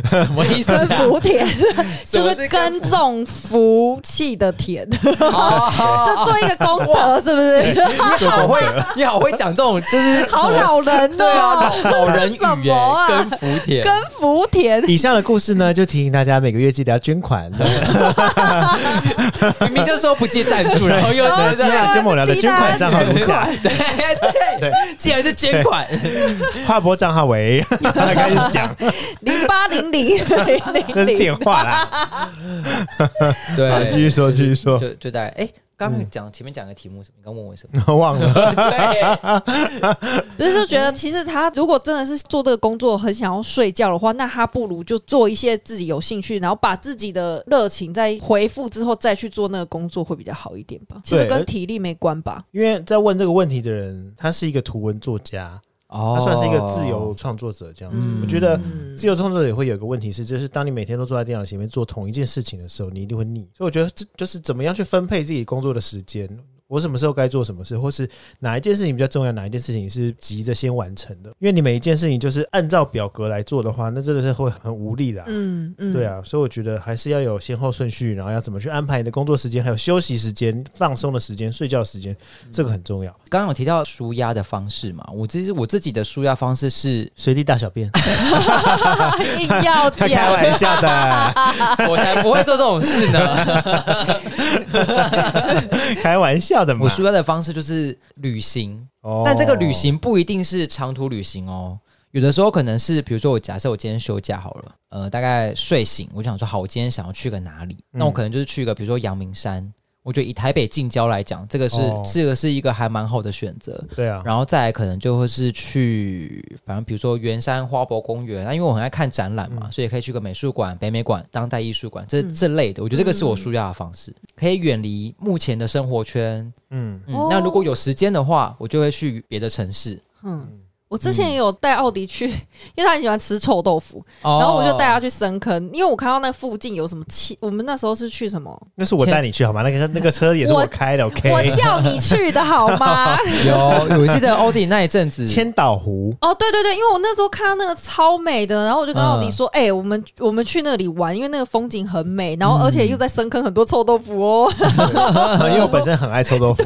A: 什么 意思、
C: 跟福田
A: 什
C: 就
A: 么
C: 是耕种福气的田，
A: 哦
C: 就做一个功德，是不是？
A: 你好会，你好会讲这种，就是
C: 好老人
A: 对啊，
C: 哦，
A: 老老人语
C: 什
A: 耶、
C: 么啊
A: 跟福田，
C: 跟福田。
B: 以上的故事呢，就提醒大家每个月记得要捐 款。
A: 明明就说不接赞助，然后又
B: 对，今天的节目聊的捐
A: 啊
B: 款账号如下：
A: 对对
B: 对
A: 竟然是捐款，
B: 划拨账号为， 开始讲，
C: 零八零零 零
B: 那
C: 零
B: 是电
C: 零，
B: 话啦。 好继续
A: 对，
B: 说，继续说，
A: 就就大概哎。刚刚讲前面讲个题目是什么？你刚问我什么？
B: 忘了。
A: 对，
C: 就是就觉得其实他如果真的是做这个工作很想要睡觉的话，那他不如就做一些自己有兴趣，然后把自己的热情再回复之后再去做那个工作会比较好一点吧。其实
B: 对
C: 跟体力没关吧？
B: 因为在问这个问题的人，他是一个图文作家，
A: 哦
B: 他算是一个自由创作者这样子。我觉得自由创作者也会有一个问题是，就是当你每天都坐在电脑前面做同一件事情的时候，你一定会腻。所以我觉得这就是怎么样去分配自己工作的时间。我什么时候该做什么事，或是哪一件事情比较重要，哪一件事情是急着先完成的？因为你每一件事情就是按照表格来做的话，那真的是会很无力的、
C: 嗯嗯，
B: 对啊，所以我觉得还是要有先后顺序，然后要怎么去安排你的工作时间，还有休息时间、放松的时间、睡觉时间，这个很重要。
A: 刚刚有提到舒压的方式嘛，我其实我自己的舒压方式是，
B: 随地大小便，
C: 硬哎要讲，
B: 开玩笑的，
A: 我才不会做这种事呢。
B: 开玩笑的嘛
A: 我。舒压的方式就是旅行，
B: 哦
A: 但这个旅行不一定是长途旅行哦，有的时候可能是，比如说我假设我今天休假好了，呃，大概睡醒，我就想说，好，我今天想要去个哪里？
B: 嗯
A: 那我可能就是去一个，比如说阳明山。我觉得以台北近郊来讲，这个是、
B: 哦
A: 这个是一个还蛮好的选择。
B: 对啊，
A: 然后再来可能就会是去，反正比如说圆山花博公园，那、啊因为我很爱看展览
B: 嗯
A: 嘛，所以可以去个美术馆、北美馆、当代艺术馆这、这类的。我觉得这个是我
B: 嗯
A: 舒压的方式，可以远离目前的生活圈。
B: 嗯，
A: 嗯，
C: 哦
A: 那如果有时间的话，我就会去别的城市。
C: 嗯，我之前也有带奥迪去，因为他很喜欢吃臭豆腐，
A: 哦
C: 然后我就带他去深坑，因为我看到那附近有什么气，我们那时候是去什么？
B: 那是我带你去好吗？那个那个车也是我开的
C: 我
B: ，OK。
C: 叫你去的好吗？
A: 有，我记得欧弟那一阵 子，
B: 千岛 湖，
C: 哦，对对对，因为我那时候看到那个超美的，然后我就跟奥
B: 嗯
C: 迪说：“哎、我们我们去那里玩，因为那个风景很美，然
B: 嗯
C: 后而且又在深坑很多臭豆腐 哦。
B: 因为我本身很爱臭豆腐，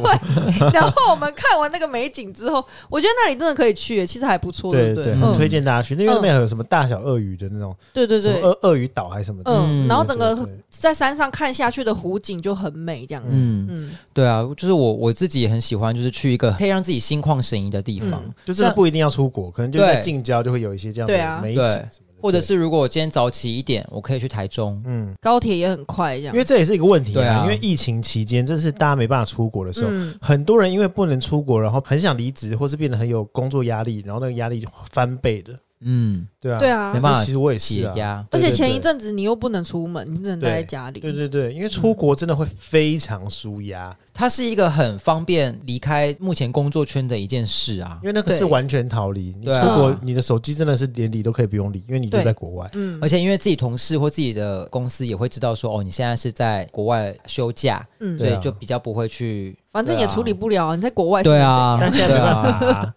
C: 然后我们看完那个美景之后，我觉得那里真的可以去，其实还不错，
B: 对
C: 不
B: 对，
C: 对？
B: 很
C: 嗯，
B: 推荐大家去。那边有什么大小鳄鱼的那种，
C: 对对
B: 什么
C: 对，
B: 鳄鳄鱼岛还是什么的，
A: 嗯
C: 嗯，然后整
B: 对
C: 个
B: 对对
C: 在山上看下去的湖景就很美，这样子。
A: 嗯，
C: 嗯，
A: 对啊，就是我我自己也很喜欢，就是去一个可以让自己心旷神怡的地方。
C: 嗯
B: 就真的不一定要出国，可能就
A: 对
B: 在近郊就会有一些这样
C: 对啊
B: 的美景
A: 对
B: 什么的，
A: 或者
B: 对
A: 是如果我今天早起一点，我可以去台中。
B: 嗯，
C: 高铁也很快，这样
B: 因。为这也是一个问题
A: 对啊
B: 啊，因为疫情期间，这是大家没办法出国的时候。
C: 嗯，
B: 很多人因为不能出国，然后很想离职，或是变得很有工作压力，然后那个压力就翻倍的，
A: 嗯，
B: 对啊，
C: 对啊
A: 没。办法
B: 其实我也
A: 解
B: 是啊，
A: 压。
C: 而
B: 对
C: 且
B: 对
C: 前
B: 对
C: 一阵子你又不能出门，你只能待在家里。
B: 对对对，因为出国真的会非常舒压，
A: 它是一个很方便离开目前工作圈的一件事啊
B: 因。为那个是
C: 对
B: 完全逃离。你
A: 对啊
B: 出国，你的手机真的是连理都可以不用理，因为你就
C: 对
B: 在国 外。
C: 嗯
A: 而且因为自己同事或自己的公司也会知道说，哦，你现在是在国外休假，
C: 嗯
A: 所
B: 对
A: 以
B: 啊
A: 就比较不会去。
C: 反正也
A: 对啊
C: 处理不了，你在国外
A: 对，啊，
B: 但现在
A: 对
B: 没办
A: 啊，
B: 法啊，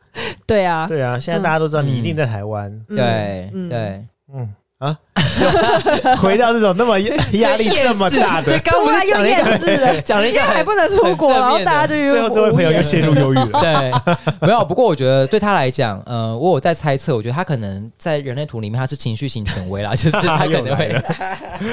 C: 对 啊，
B: 对啊，现在大家都知道你一定在台湾，
C: 嗯
A: 对
C: 嗯
A: 对，
B: 嗯啊， 就回到这种那么压压力这么大
A: 对，
B: 的，
A: 刚刚不是讲了一
C: 突然啊又厌世
A: 个
C: 了
A: 讲了一
C: 因为
A: 个
C: 还
A: 很
C: 不能出国，
A: 很正面的
C: 然后大家就
B: 最后这位朋友又陷入忧郁了。
A: 对，没有。不过我觉得对他来讲，呃，我有在猜测，我觉得他可能在人类图里面他是情绪型权威啦， 就是他可
B: 又
A: 能
B: 来
A: 会
B: 了，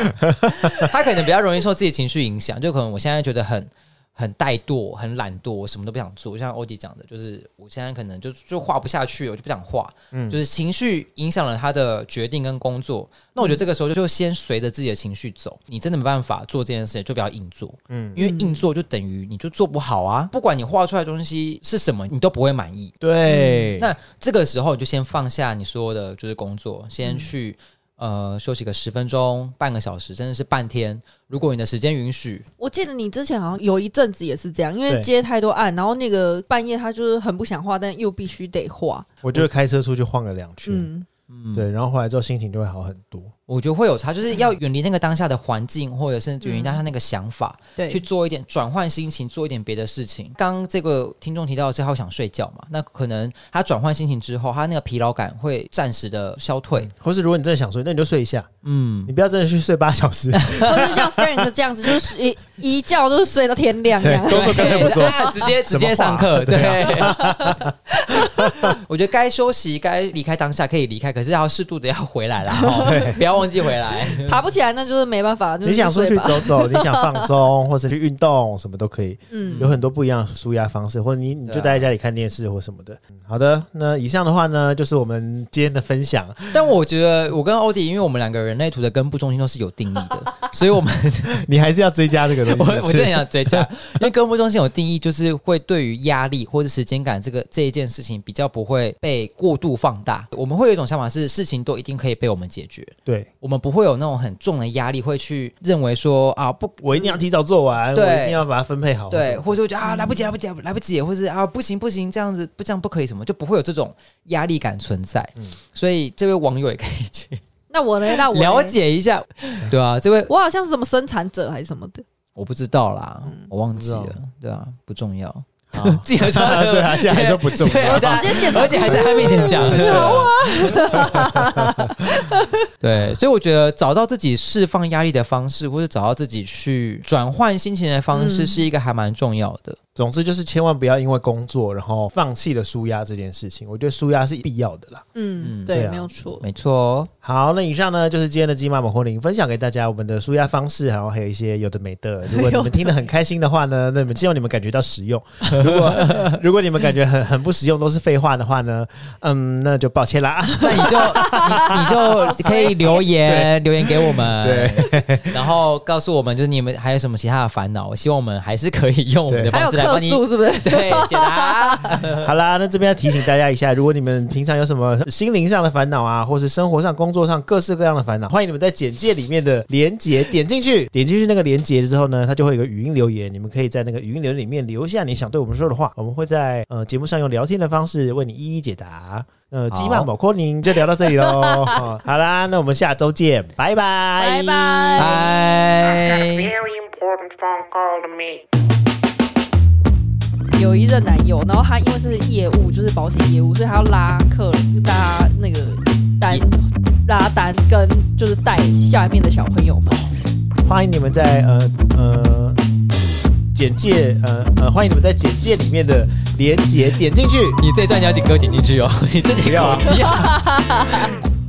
A: 他可能比较容易受自己情绪影响，就可能我现在觉得很。很怠惰，很懒惰，我什么都不想做。就像欧迪讲的，就是我现在可能就就画不下去，我就不想画。
B: 嗯
A: 就是情绪影响了他的决定跟工作。那我觉得这个时候就先随着自己的情绪走。你真的没办法做这件事情，就不要硬做。
B: 嗯，
A: 因为硬做就等于你就做不好啊，不管你画出来的东西是什么，你都不会满意。
B: 对，
A: 那这个时候你就先放下你所有的就是工作，先去、呃休息个十分钟、半个小时，甚至是半天。如果你的时间允许，
C: 我记得你之前好像有一阵子也是这样，因为
B: 对
C: 接太多案，然后那个半夜他就是很不想画，但又必须得画。
B: 我就开车出去晃了两圈，
C: 嗯，
A: 嗯，
B: 对，然后回来之后心情就会好很多。
A: 我觉得会有差，就是要远离那个当下的环境，或者是远离当下那个想法，
C: 对，
A: 去做一点转换心情，做一点别的事情。刚刚这个听众提到的是他会想睡觉嘛，那可能他转换心情之后，他那个疲劳感会暂时的消退。
B: 或是如果你真的想睡，那你就睡一下，
A: 嗯，
B: 你不要真的去睡八小时，
C: 或者是 像 Frank 这样子，就是一一觉就是睡到天亮这
B: 对
C: 样，。
B: 工作根本不做
A: 对。 啊直接直
B: 什么
A: 接
B: 话
A: 上课。
B: 对
A: 对，啊 我觉得该休息、该离开当下可以离开，可是要适度的要回来 啦，哦、不要忘记回来。
C: 爬不起来那就是没办法，就是
B: 你想出去
C: 睡吧
B: 走走，你想放松，或者去运动，什么都可以，
C: 嗯
B: 有很多不一样的舒压方式，或者你你就待在家里看电视或什么的。嗯好的，那以上的话呢，就是我们今天的分享。
A: 但我觉得我跟欧迪，因为我们两个人类图的根部中心都是有定义 的，所以我们
B: 你还是要追加这个东
A: 我
B: 西，
A: 我
B: 是
A: 真的很想追加，因为根部中心有定义，就是会对于压力或者时间感这个这一件事情比较不会被过度放大。我们会有一种想法是，事情都一定可以被我们解决。
B: 对
A: 我们不会有那种很重的压力，会去认为说啊不
B: 我一定要提早做完，我
A: 对
B: 一定要把它分配好。
A: 对，，或者我觉
B: 嗯
A: 得啊来不及，来不及，来不及，或是啊不行不行，这样子不这样不可以什么，就不会有这种压力感存在。
B: 嗯
A: 所以这位网友也可以去
C: 那我呢？那
B: 啊
C: 我呢
A: 了，解一下，对啊，这位
C: 我好像是什么生产者还是什么的，
A: 我不知道啦，我忘记
B: 嗯不
A: 了
B: 知，
A: 对啊，不重要，
B: 好
A: 记得说
B: 对啊，现在还说不重
A: 对
B: 要
A: 啊。
C: 我直接现场
A: 而且还在他面前 讲，好啊。
C: 啊
A: 对，所以我觉得找到自己释放压力的方式，或者找到自己去转换心情的方式，
C: 嗯
A: 是一个还蛮重要的。
B: 总之就是千万不要因为工作然后放弃了舒压这件事情，我觉得舒压是必要的啦。
C: 嗯，
A: 嗯
C: 对
B: 对，啊
C: 没有错，
A: 没错哦。
B: 好，那以上呢就是今天的鸡妈马婚礼分享给大家我们的舒压方式，然后还有一些有的没的。如果你们听得很开心的话呢，那你们希望你们感觉到实用。如果如果你们感觉很很不实用，都是废话的话呢，嗯，那就抱歉啦。
A: 那你就你你就可以留言留言给我们，对， 然后告诉我们就是你们还有什么其他的烦恼，我希望我们还是可以用我们
B: 对
A: 的
C: 还
A: 方
C: 有
A: 式来
C: 客
A: 帮你
C: 诉是不是？
A: 对解答。
B: 好啦，那这边要提醒大家一下，如果你们平常有什么心灵上的烦恼啊，或是生活上、工作上各式各样的烦恼，欢迎你们在简介里面的连接点进 去，点进去那个连接之后呢，它就会有一个语音留言，你们可以在那个语音留言里面留下你想对我们说的话，我们会在呃节目上用聊天的方式为你一一解答。呃，
A: 好
B: 鸡曼 某科宁就聊到这里喽、哦好啦，那我们下周见，拜拜，
C: 拜。拜。
A: 拜。
D: I got a very important phone call to make.
C: 有一任男友，然后他因为是业务，就是保险业务，所以他要拉客人，拉那个单
A: 业，
C: 拉单跟就是带下面的小朋友们。
B: 欢迎你们在呃呃简介呃呃，欢迎你们在简介里面的连接点进去。
A: 你这段你要给我剪进去哦，你自己
B: 不要啊
A: 口技啊。